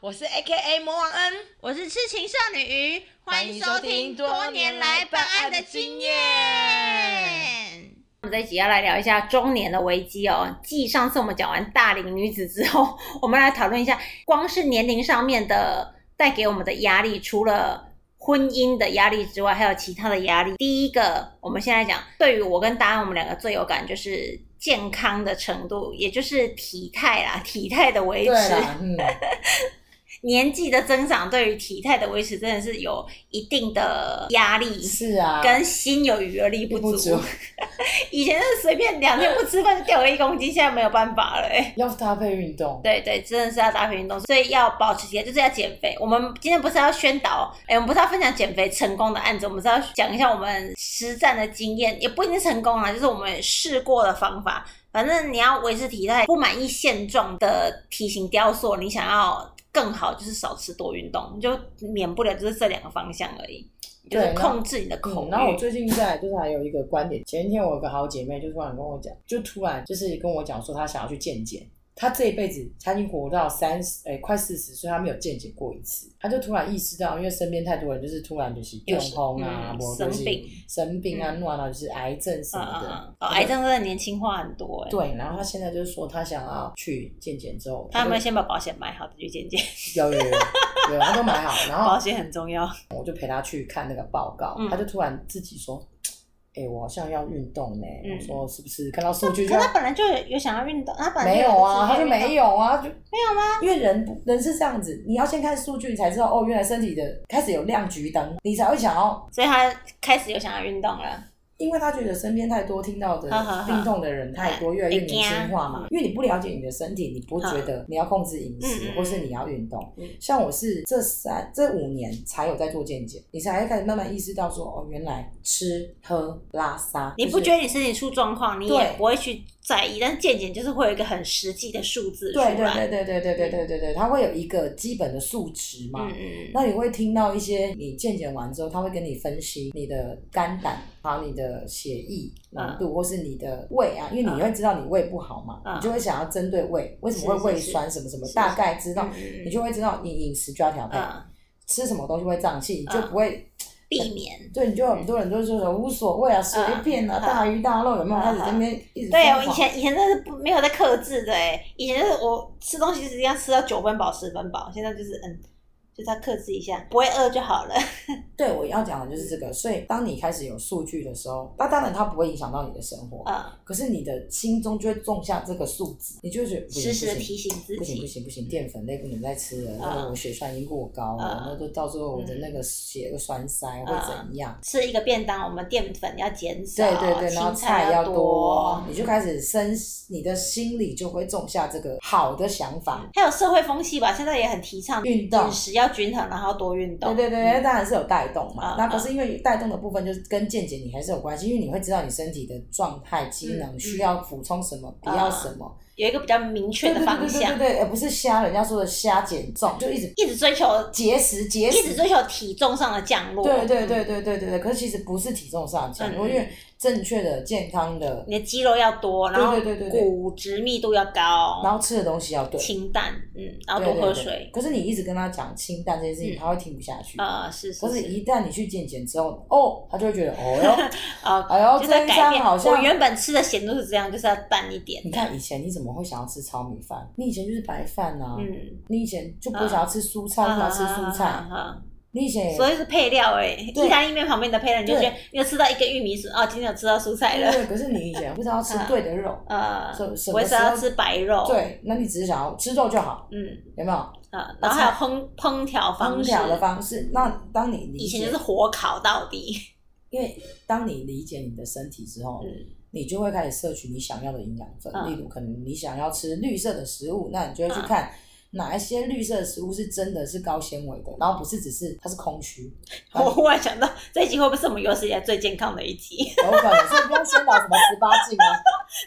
我是 A K A 魔王恩，我是痴情少女鱼，欢迎收听多多年年来来办办案案的的经经验验。我们这一集要来聊一下中年的危机哦。继上次我们讲完大龄女子之后， 我们来讨论一下，光是年龄上面的带给我们的压力，除了婚姻的压力之外，还有其他的压力。第一个，我们现在讲，对于我跟达安，我们两个最有感就是健康的程度，也就是体态啦，体态的维持。啦，嗯，年纪的增长对于体态的维持真的是有一定的压力，是啊，跟心有余而力不足。不足 以前是随便两天不吃饭就掉了一公斤，现在没有办法了、欸。要搭配运动，嗯对对，真的是要搭配运动，所以要保持体态，就是要减肥。我们今天不是要宣导，哎、我们不是要分享减肥成功的案子，我们是要讲一下我们实战的经验，也不一定成功啊，就是我们试过的方法。反正你要维持体态，不满意现状的体型雕塑，你想要更好，就是少吃多运动，你就免不了就是这两个方向而已，就对是那控制你的口嗯，欲。然后我最近在就是还有一个观点，前一天我有个好姐妹就突然跟我讲，就突然就是跟我讲说她想要去健检，她这一辈子她已经活到三十，哎，快四十岁，她没有健检过一次，她就突然意识到，因为身边太多人就是突然就是中风啊，嗯不然生就是病、生病啊，嗯乱啊，就是癌症什嗯么嗯的。嗯，哦，癌症真的年轻化很多哎、欸。对，然后她现在就是说她想要去健检之后，他有就没有先把保险买好再去健检？有有有有有，她都买好，然后保险很重要。我就陪她去看那个报告嗯，她就突然自己说。哎、我好像要运动呢、嗯我说是不是？看到数据可就他本来就有有想要运动，他本来没就有啊，有他就一个职业没运动。有啊，就没有吗？因为人不人是这样子，你要先看数据，你才知道哦，原来身体的开始有亮橘灯，你才会想要，所以他开始有想要运动了。因为他觉得身边太多听到的呵呵呵病痛的人太多，越来越会年轻化嘛怕。因为你不了解你的身体，你不觉得你要控制饮嗯食嗯，嗯或是你要运动嗯。像我是这三这五年才有在做健检，你才开始慢慢意识到说哦，原来吃喝拉撒，你不觉得你身体出状况，你也对不会去在意，但是健检就是会有一个很实际的数字出对来。对对对对对对对对对，它会有一个基本的数值嘛。嗯嗯嗯。那你会听到一些你健检完之后，他会跟你分析你的肝胆，还有你的血液浓度，或是你的胃啊，因为你会知道你胃不好嘛，嗯你就会想要针对胃为什么是会是胃是酸什么什么，是大概知道嗯，嗯你就会知道你饮食就要调配，嗯吃什么东西会胀气，你就嗯不会。避免。对，你就很多人就说什么无所谓啊，随便啊，嗯大鱼大肉有没嗯有？开始在那边一直对，啊我疯以狂前以前真的是不没有在克制的哎、以前就是我吃东西就是要吃到九分饱十分饱，现在就是嗯，就是要克制一下，不会饿就好了。对我要讲的就是这个，所以当你开始有数据的时候，那当然它不会影响到你的生活，嗯，可是你的心中就会种下这个数值，你就会觉得不行时时的不行提醒自不行不己。行不行，淀粉类不能再吃了，那嗯个我血栓已经过高了嗯，那都到时候我的那个血会栓塞会怎样？吃一个便当，我们淀粉要减少，对对对，然后青菜要要多，你就开始生，你的心里就会种下这个好的想法，还有社会风气吧，现在也很提倡运动饮。食要均衡，然后多运动。对对对，嗯那当然是有带动嘛。嗯那可是因为带动的部分就是跟健检你还是有关系，因为你会知道你身体的状态、机嗯能需要补充什么，不要什么。有一个比较明确的方对对对向，对对，而不是瞎人家说的瞎减重，就一直一直追求，节食节一直食。追求体重上的降落。对对对对对对对，可是其实不是体重上降，嗯因为正确的健康的，你的肌肉要多，然后对对对对对骨质密度要高，然后吃的东西要对，清淡，嗯，然后对多对喝对水。可是你一直跟他讲清淡这件事情，嗯他会听不下去。呃，是可是是，是，一旦你去健检之后，哦，他就会觉得，哦哟， 啊，哎呦，就这在一改餐变。好我像原本吃的咸都是这样，就是要淡一点你。看以前你怎么会想要吃糙米饭？你以前就是白饭啊，嗯，你以前就不会想要吃蔬菜，不想吃蔬菜。啊你以前也所以是配料哎、对意大利面旁边的配料，你就觉对得你有吃到一根玉米笋，哦，今天有吃到蔬菜了，对，可是你以前不知 道吃嗯对的肉，呃什什，么我也是时候要吃白肉，，对，那你只是想要吃肉就好，嗯有没有？啊，然后还有烹烹调方式，烹调的方式。那当你理以解，前就是火烤到底，因为当你理解你的身体之后，嗯你就会开始摄取你想要的营养分。嗯例如，可能你想要吃绿色的食物，那你就会去看。哪一些绿色的食物是真的是高纤维的，然后不是只是它是空虚，然我后忽然想到这一集会不会是我们有史以来最健康的一集？有可能是不用宣导 什么十八禁啊，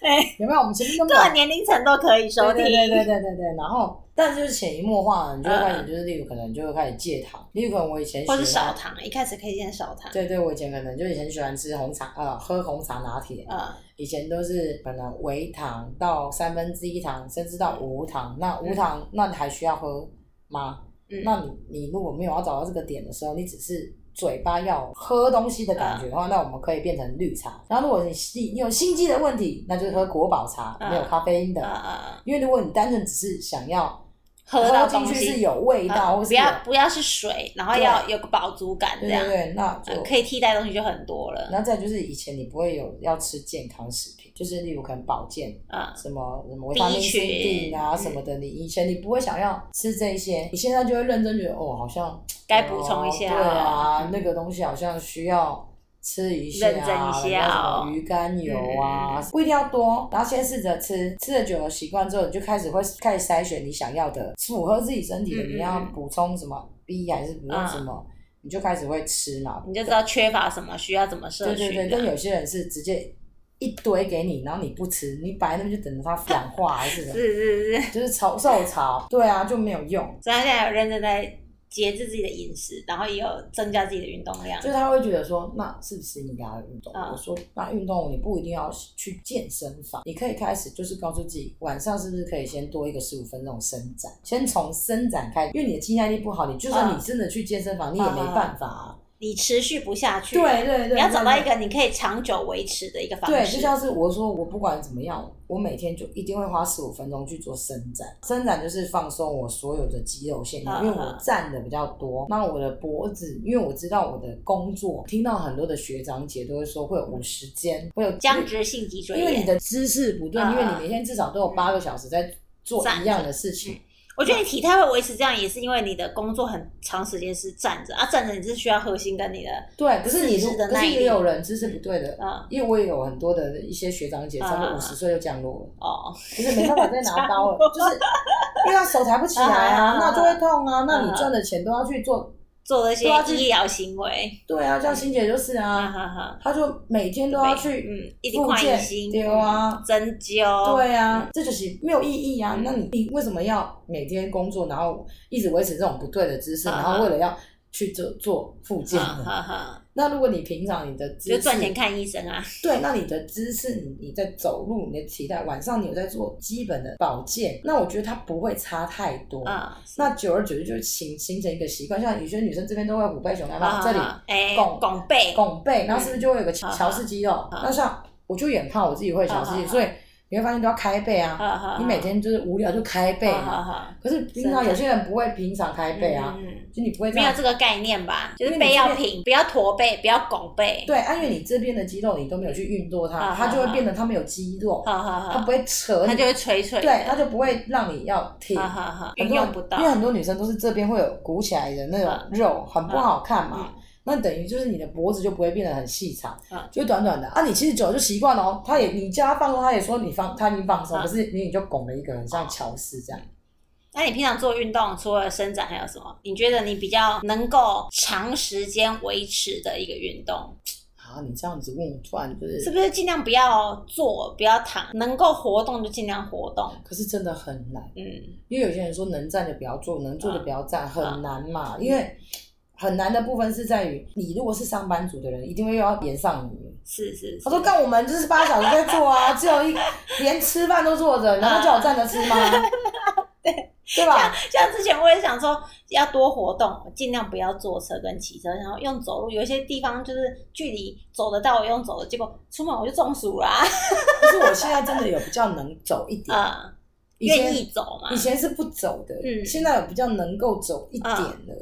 哎，有没有？我们前面都没有各年龄层都可以收对听，对对对对对对，然后但就是潜移默化，你就会开始就是，例如可能就会开始戒糖，例如可能我以前嗯或是喜欢少糖，一开始可以先少糖，对对，我以前可能就以前喜欢吃红茶，呃，喝红茶拿铁，呃，以前都是可能嗯微糖到三分之一糖，甚至到无糖。那无糖，那你还需要喝吗？嗯那你你如果没有要找到这个点的时候，你只是嘴巴要喝东西的嗯感觉的话，那我们可以变成绿茶。然后如果你心你有心机的问题，那就是喝国宝茶，嗯没有咖啡因呃的。呃，因为如果你单纯只是想要喝到进东去是西，有味道，呃或不是有要不要是水，然后对要有个饱足感这对样对，对，那就呃可以替代的东西就很多了。然后再就是以前你不会有要吃健康食品，就是例如可能保健嗯，什么什么维他命 C B D 啊群嗯什么的，你以前你不会想要吃这一些，你现在就会认真觉得哦，好像该补充一下哦对啊嗯，那个东西好像需要。吃一下、啊，认真一下然哦后嗯什么鱼肝油啊，不一定要多，然后先试着吃，吃了久了习惯之后，你就开始会开始筛选你想要的，符合自己身体的，嗯嗯你要嗯补充什么 B 还是补充嗯什么，你就开始会吃嘛，你就知道缺乏什么，需要怎么摄对取对的。对，但有些人是直接一堆给你，然后你不吃，你摆在那边就等着它氧化还是什么，是是是，就是潮受潮，对啊，就没有用。所以他现在有认真在节制自己的饮食，然后也有增加自己的运动量就。是他会觉得说，那是不是应该要运动？嗯我说，那运动你不一定要去健身房，你可以开始就是告诉自己，晚上是不是可以先多一个十五分钟伸展，先从伸展开始，因为你的肌耐力不好，你就算嗯你真的去健身房，你也没办法啊。你持续不下去，对对嗯对，你要找到一个。个你可以长久维持的一个方式。对，就像是我说，我不管怎么样，我每天就一定会花十五分钟去做伸展。伸展就是放松我所有的肌肉线条，嗯因为我站的比较多，那我的脖子，因为我知道我的工作，听到很多的学长姐都会说会有五十肩，会有僵直性脊椎因为你炎。的姿势不对，嗯因为你每天至少都有八个小时在做站一样的事情嗯。我觉得你体态会维持这样，也是因为你的工作很长时间是站着啊，站着你是需要核心跟你的对，可是你如四肢的可耐是力也有人姿势不对的。嗯因为我也有很多的一些学长姐，差不多五十岁就降落了，哦，就是没办法再拿 刀了，就是因为他手抬不起来啊啊，那就会痛啊。那啊你赚的钱都要去做，做的一对啊就些是医疗行为，对啊，像欣姐就是哈啊，哈哈，她就每天都要去，嗯，一直换复一健心，对啊嗯针灸，对啊，这就是没有意义啊。那你你为什么要每天工作，然后一直维持这种不对的姿势，啊然后为了要去做做复健哈呢？哈哈，那如果你平常你的姿就势，赚钱看医生啊，对，那你的姿势，你你在走路，你的体态，晚上你有在做基本的保健，那我觉得它不会差太多。啊，那久而久之就形形成一个习惯，像有些女生这边都会虎背熊腰嘛，这里哎，拱拱背，拱背，然后是不是就会有个啊乔氏肌肉？那像我就也很怕我自己会乔氏肌啊肉，所以你会发现都要开背啊。哈哈，你每天就是无聊就开背哈哈嘛，哈，可是平常有些人不会平常开背啊，啊嗯，嗯就你不会嗯这没有样。这个概念吧？就是因为背你要这边平，不要驼背，不要拱背，对，啊因为你这边的肌肉你都没有去运作啊它，它就会变得它没有肌肉，哈哈哈它不，会扯它你就，啊会垂垂的，对，它就不会让你要挺。哈哈哈，很运多用不到因，为很多女生都是这边会有鼓起来的那种肉，很不好看嘛。嗯那等于就是你的脖子就不会变得很细长，嗯就短短的啊。你其实久了就习惯了哦。他也你叫他放松，他也说你放，他已经放松，嗯可是你你就拱了一个很像乔斯这样。那你平常做运动，除了伸展，还有什么？你觉得你比较能够长时间维持的一个运动，啊，你这样子问我，突然就是，是不是尽量不要坐，不要躺，能够活动就尽量活动？可是真的很难，嗯，因为有些人说能站就不要坐，能坐就不要站，很难嘛。因为很难的部分是在于，你如果是上班族的人，一定会又要延上你。是是他是，说：“干，我们就是八小时在做啊，只有一连吃饭都坐着，然后叫我站着吃 吗？对对吧？像之前我也想说要多活动，尽量不要坐车跟骑车，然后用走路。有一些地方就是距离走得到，我用走的，结果出门我就中暑啦、可是我现在真的有比较能走一点，啊，以前愿意走嘛以？前是不走的，嗯现在有比较能够走一点了，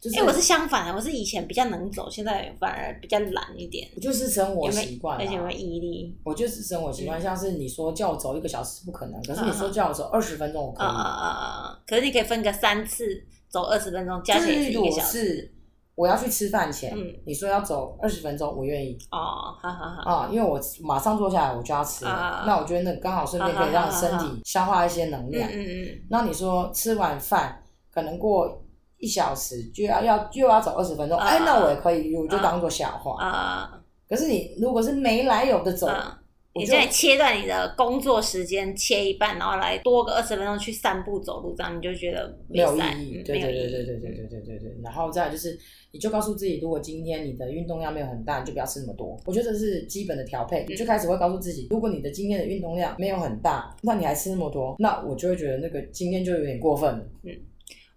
就是哎、我是相反的，我是以前比较能走，现在反而比较懒一点，我就是生活有没有习惯而且有啦没有。毅力？我就是生活习惯，像是你说叫我走一个小时不可能，可是嗯你说叫我走二十分钟我可啊啊以，啊啊！嗯可是你可以分个三次，走二十分钟，加就起来也是是一如个果小时。是我要去吃饭前嗯，你说要走二十分钟，我愿意。哦，好好好，啊，因为我马上坐下来我就要吃了，啊那我觉得那刚好顺便可以让身体消化一些能嗯量。嗯嗯，那你说吃完饭可能过一小时就要要又要走二十分钟，啊哎、那我也可以，我就啊当做笑话。啊可是你如果是没来由的走，啊！我你就这样切断你的工作时间，切一半，然后来多个二十分钟去散步、走路，这样你就觉得没有意塞义。嗯对没有意对对义对对对对对对对。然后再来就是，你就告诉自己，如果今天你的运动量没有很大，你就不要吃那么多。我觉得这是基本的调配。你就开始会告诉自己，如果你的今天的运动量没有很大，那你还吃那么多，那我就会觉得那个今天就有点过分了。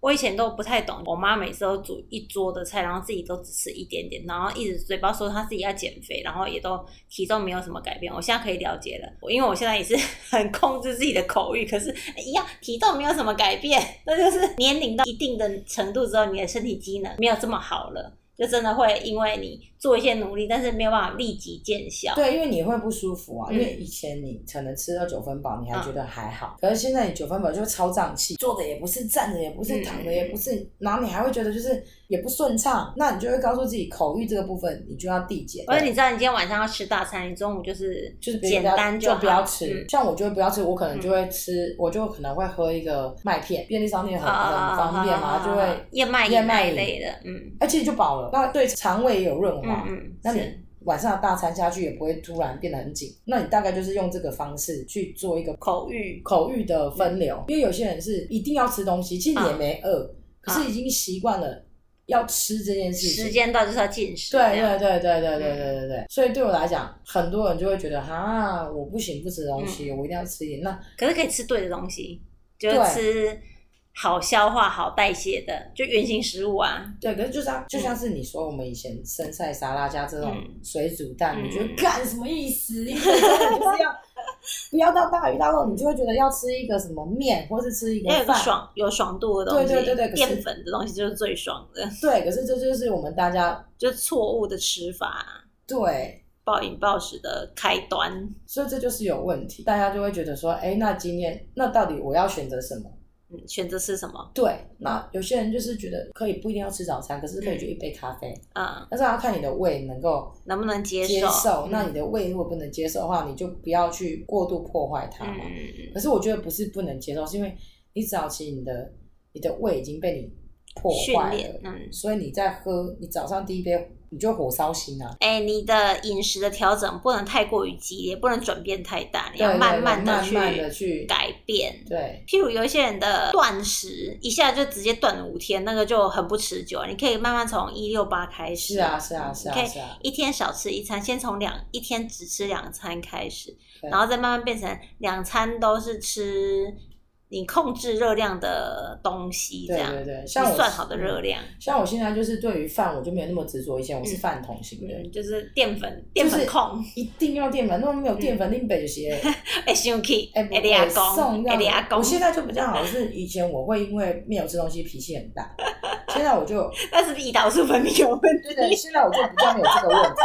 我以前都不太懂，我妈每次都煮一桌的菜，然后自己都只吃一点点，然后一直嘴巴说她自己要减肥，然后也都体重没有什么改变。我现在可以了解了，我因为我现在也是 很控制自己的口欲，可是一样体重没有什么改变，那就是 年龄到一定的程度之后，你的身体机能没有这么好了。就真的会因为你做一些努力，但是没有办法立即见效。对，因为你会不舒服啊，嗯因为以前你可能吃到九分饱，你还觉得还好，可是现在你九分饱就超胀气，坐的也不是，站着也不是，嗯躺着也不是，然后你还会觉得就是也不顺畅，那你就会告诉自己口欲这个部分你就要递减。而且你知道，你今天晚上要吃大餐，你中午就是就是不简要单就好不要吃，嗯像我就会不要吃，我可能就会吃，我就可能会喝一个麦片，便利商啊店很很方便嘛，就会，燕麦燕麦饮饮类的，嗯而且就饱了，那对肠胃也有润嗯滑，嗯，那是你晚上的大餐下去也不会突然变得很紧，那你大概就是用这个方式去做一个口欲，口欲的分流，因为有些人是一定要吃东西，其实你嗯也没饿，可啊是已经习惯了要吃这件事时情。间到就是要进食，对这对样嗯对对对对对对对，所以对我来讲，很多人就会觉得哈，我不行，不吃东嗯西，我一定要吃一点。那可是可以吃对的东西，就是对吃好消化、好代谢的，就原型食物啊，对，可是就像就像是你说我们以前生菜沙拉加这种嗯水煮蛋，嗯你觉得干什么意思？你就是要不要到大鱼大肉，你就会觉得要吃一个什么面，或是吃一个要有个饭。爽、有爽度的东西，对对对对可是淀粉的东西就是最爽的，对，可是这就是我们大家就是错误的吃法，对暴饮暴食的开端。所以这就是有问题，大家就会觉得说，哎，那今天那到底我要选择什么？嗯，选择吃什么？对，那有些人就是觉得可以不一定要吃早餐，可是可以就一杯咖啡，嗯，但是要看你的胃能够能不能接接受。那嗯你的胃如果不能接受的话，你就不要去过度破坏它嗯嘛。嗯嗯可是我觉得不是不能接受，是因为你早期你的你的胃已经被你破训坏练了，，嗯，所以你在喝你早上第一杯你就火烧心啊。哎、你的饮食的调整不能太过于激烈，不能转变太大，你对要对慢对慢的慢慢的去去改变。对譬如有一些人的断食一下就直接断五天，那个就很不持久。你可以慢慢从一六八开始，嗯是啊是啊是你可啊以是啊，一天少吃一餐，先从两一天只吃两餐开始，对然后再慢慢变成两餐都是吃你控制热量的东西，这对样对对，像你我算好的嗯热量，像我现在就是对于饭，我就没有那么执着。以前我是饭桶型的，嗯，就是淀粉就淀是粉控，一定要淀粉，那没有淀粉另北些，会生气，哎，会不立阿会公，送会这立阿样。公我。现在就比较好，是以前我会因为没有吃东西脾气很大，现在我就那是不是胰岛素分泌有问题，对对，现在我就比较没有这个问题。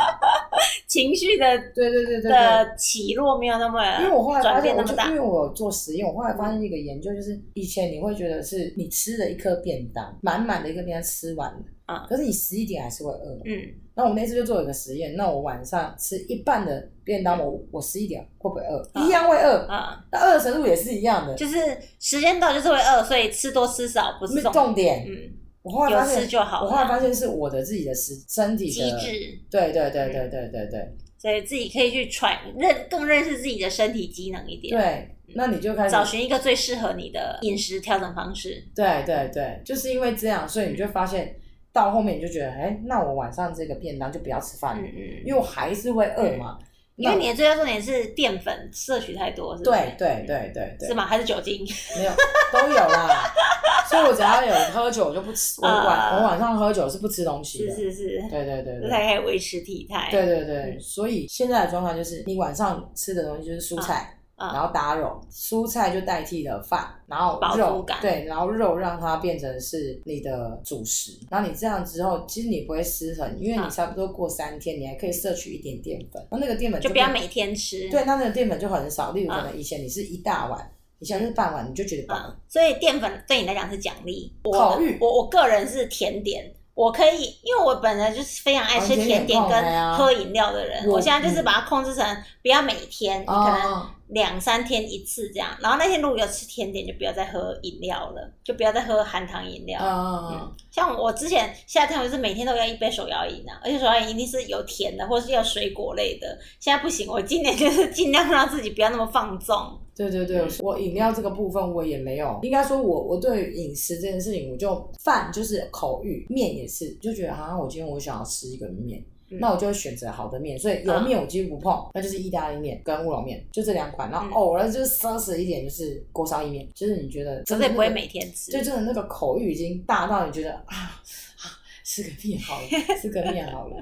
情绪的对对对对对。的起落没有那么， 因为我后来转发现，变那我么就大嗯因为我有做实验，我后来发现一个研究，就是以前你会觉得是你吃了一颗便当，满满的一个便当吃完了，嗯可是你十一点还是会饿，嗯，那我那次就做了一个实验，那我晚上吃一半的便当，嗯我我十一点会不会饿？啊一样会饿，啊、那饿的程度也是一样的。就是时间到就是会饿，所以吃多吃少不是没重重点，嗯，我后来有发吃现，就好我后来了，发现是我的自己的身身体机的，制，嗯对对对对对对对所以自己可以去揣认更认识自己的身体机能一点，对，那你就开始找，寻一个最适合你的饮食调整方式。对对对，就是因为这样，所以你就发现到后面你就觉得，哎，那我晚上这个便当就不要吃饭嗯了，嗯，因为我还是会饿嘛。因为那你的最大重点是淀粉摄取太多，是不是对对对对对是，吗？还是酒精？没有，都有啦。所以我只要有喝酒，我就不吃。我晚、啊我晚上喝酒是不吃东西是的。是是，对对对这对。才可以维持体态。对对对，嗯所以现在的状况就是，你晚上吃的东西就是蔬菜，啊然后打肉，蔬菜就代替了饭，然后饱腹肉感对，然后肉让它变成是你的主食，然后你这样之后，其实你不会失衡，因为啊你差不多过三天，你还可以摄取一点淀粉，那那个淀粉就不变要每天吃。对，那那个淀粉就很少，例如可能以前你是一大碗，你现在是半碗，你就觉得饱了，啊，所以淀粉对你来讲是奖励。我口欲我我个人是甜点，我可以，因为我本来就是非常爱吃完全甜点没空哎跟呀喝饮料的人。我嗯我现在就是把它控制成不要每天，可能啊哦，两三天一次这样。然后那天如果有吃甜点，就不要再喝饮料了，就不要再喝含糖饮料。嗯，像我之前夏天，我就是每天都要一杯手摇饮啊，而且手摇饮一定是有甜的，或是要水果类的。现在不行，我今年就是尽量让自己不要那么放纵。对对嗯对，我饮料这个部分我也没有，应该说我我对于饮食这啊件事情，我就饭就是口欲，面也是，就觉得好像我今天我想要吃一个面，嗯那我就会选择好的面，所以油面我几乎不碰，那就是意大利面跟乌龙面，就这两款。然嗯后偶尔就是奢侈一点，就是锅烧意面，就是你觉得可真是也的那不个会每天吃。就真的那个口欲已经大到你觉得啊啊，吃个面好了，吃个面好了，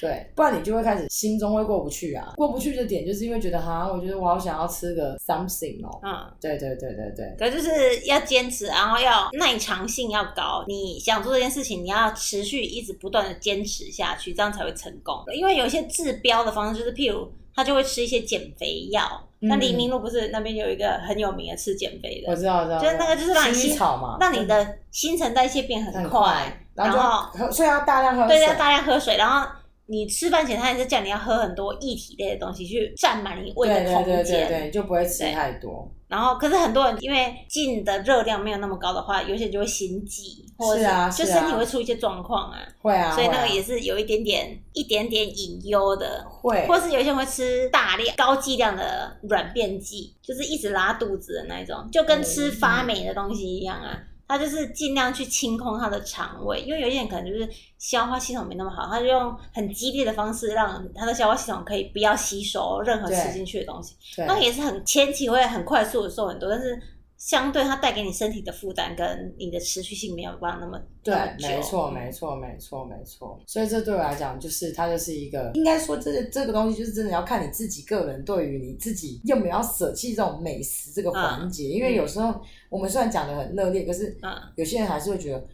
对，不然你就会开始心中会过不去啊，过不去的点就是因为觉得哈，我觉得我好想要吃个 something 哦，嗯，对对对对对，可是就是要坚持，然后要耐尝性要高。你想做这件事情，你要持续一直不断的坚持下去，这样才会成功。因为有一些治标的方式，就是譬如他就会吃一些减肥药。嗯那黎明路不是那边有一个很有名的吃减肥我的，知道我知道，就是那个就是让你薰衣心草嘛，让你的新陈代谢变很很快，快，然后就喝，所以要大量喝水对，要，大量喝水，然后。你吃饭前，他也是叫你要喝很多液体类的东西，去占满你胃对的空对间。对对对，你就不会吃对太多，然后，可是很多人因为进的热量没有那么高的话，有些人就会心悸，或者是啊就是啊身体会出一些状况啊。会啊，所以那个会啊也是有一点点、一点点隐忧的。会，或是有一些人会吃大量、高剂量的软便剂，就是一直拉肚子的那一种，就跟吃发霉的东西一样啊。他就是尽量去清空他的肠胃，因为有些人可能就是消化系统没那么好，他就用很激烈的方式让他的消化系统可以不要吸收任何吃对进去的东西。对那也是很前期会很快速的瘦很多，但是相对它带给你身体的负担跟你的持续性没有办法那么对那么，久没错，没错，没错，没错。所以这对我来讲，就是它就是一个，应该说这个这个东西，就是真的要看你自己个人对于你自己有没有要舍弃这种美食嗯这个环节，因为有时候我们虽然讲的很热烈，可是嗯有些人还是会觉得，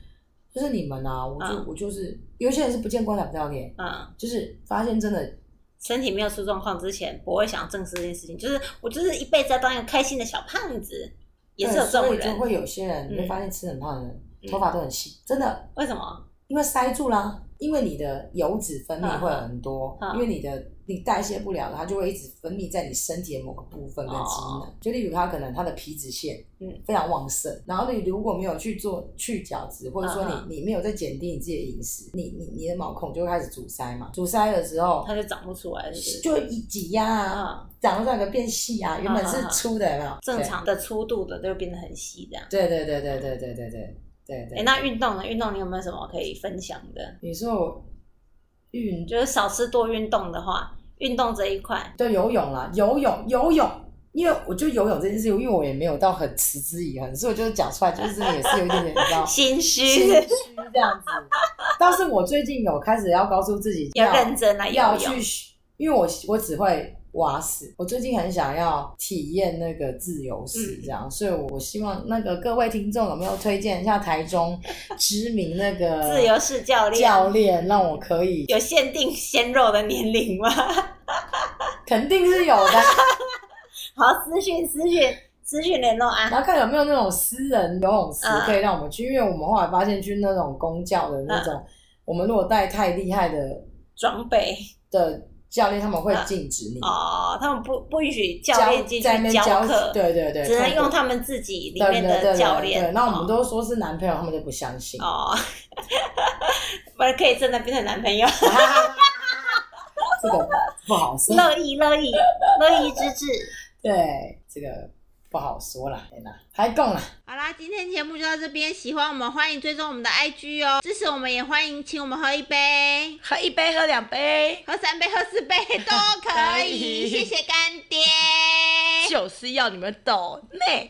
就是你们啊，我就、嗯我就是，有些人是不见棺材不掉泪，嗯，就是发现真的身体没有出状况之前不会想要正视这件事情，就是我就是一辈子要当一个开心的小胖子，也是有对这种所以就人，会有些人，你会嗯发现吃很胖的人、嗯头发都很细，真的为什么？因为塞住啦，因为你的油脂分泌会很多，嗯嗯因为你的你代谢不了，它就会一直分泌在你身体的某个部分跟机能。就例如它可能它的皮脂腺哦嗯非常旺盛，然后你如果没有去做去角质，或者说你、嗯你没有在减低你自己的饮食，你你你的毛孔就会开始阻塞嘛，阻塞的时候它就长不出来，就是就会挤压啊，啊、长出来个变细啊，原本是粗的有没有？嗯正常的粗度的就变得很细这样。对。对对对对对对对对对对。哎、那运动呢？运动你有没有什么可以分享的？你说我运就是少吃多运动的话，运动这一块，对，游泳啦，游泳，游泳，因为我就游泳这件事情，因为我也没有到很持之以恒，所以我就讲出来，就是也是有一点点，你 知道，心心虚，虚这样子。但是我最近有开始要告诉自己要认真来游要泳。去学，因为我我只会蛙式，我最近很想要体验那个自由式嗯这样，所以我希望那个各位听众有没有推荐一下台中知名那个 自由式教练教练，让我可以有限定鲜肉的年龄吗？ 肯定是有的。好，私讯私讯私讯联络啊。然后看有没有那种私人游泳池嗯可以让我们去，因为我们后来发现去那种公教的那种，我们如果带太厉害的装备的教练，他们会禁止你、嗯哦，他们不不允许教教练进在那去边课，对对对，只能用对他们自己里对面对对的对教对练。那我们都说是男朋友，他们就不相信。哦， 哦不然可以真的变成男 朋友， 这个不好说，乐意乐意乐意之至。对这个不好说啦，天哪，还供啦。好啦，今天节目就到这边，喜欢我们欢迎追踪我们的 IG 哦，支持我们也欢迎请我们喝一杯。喝一杯，喝两杯，喝三杯、喝四杯都可可以 以。谢谢干爹。就是要你们懂内。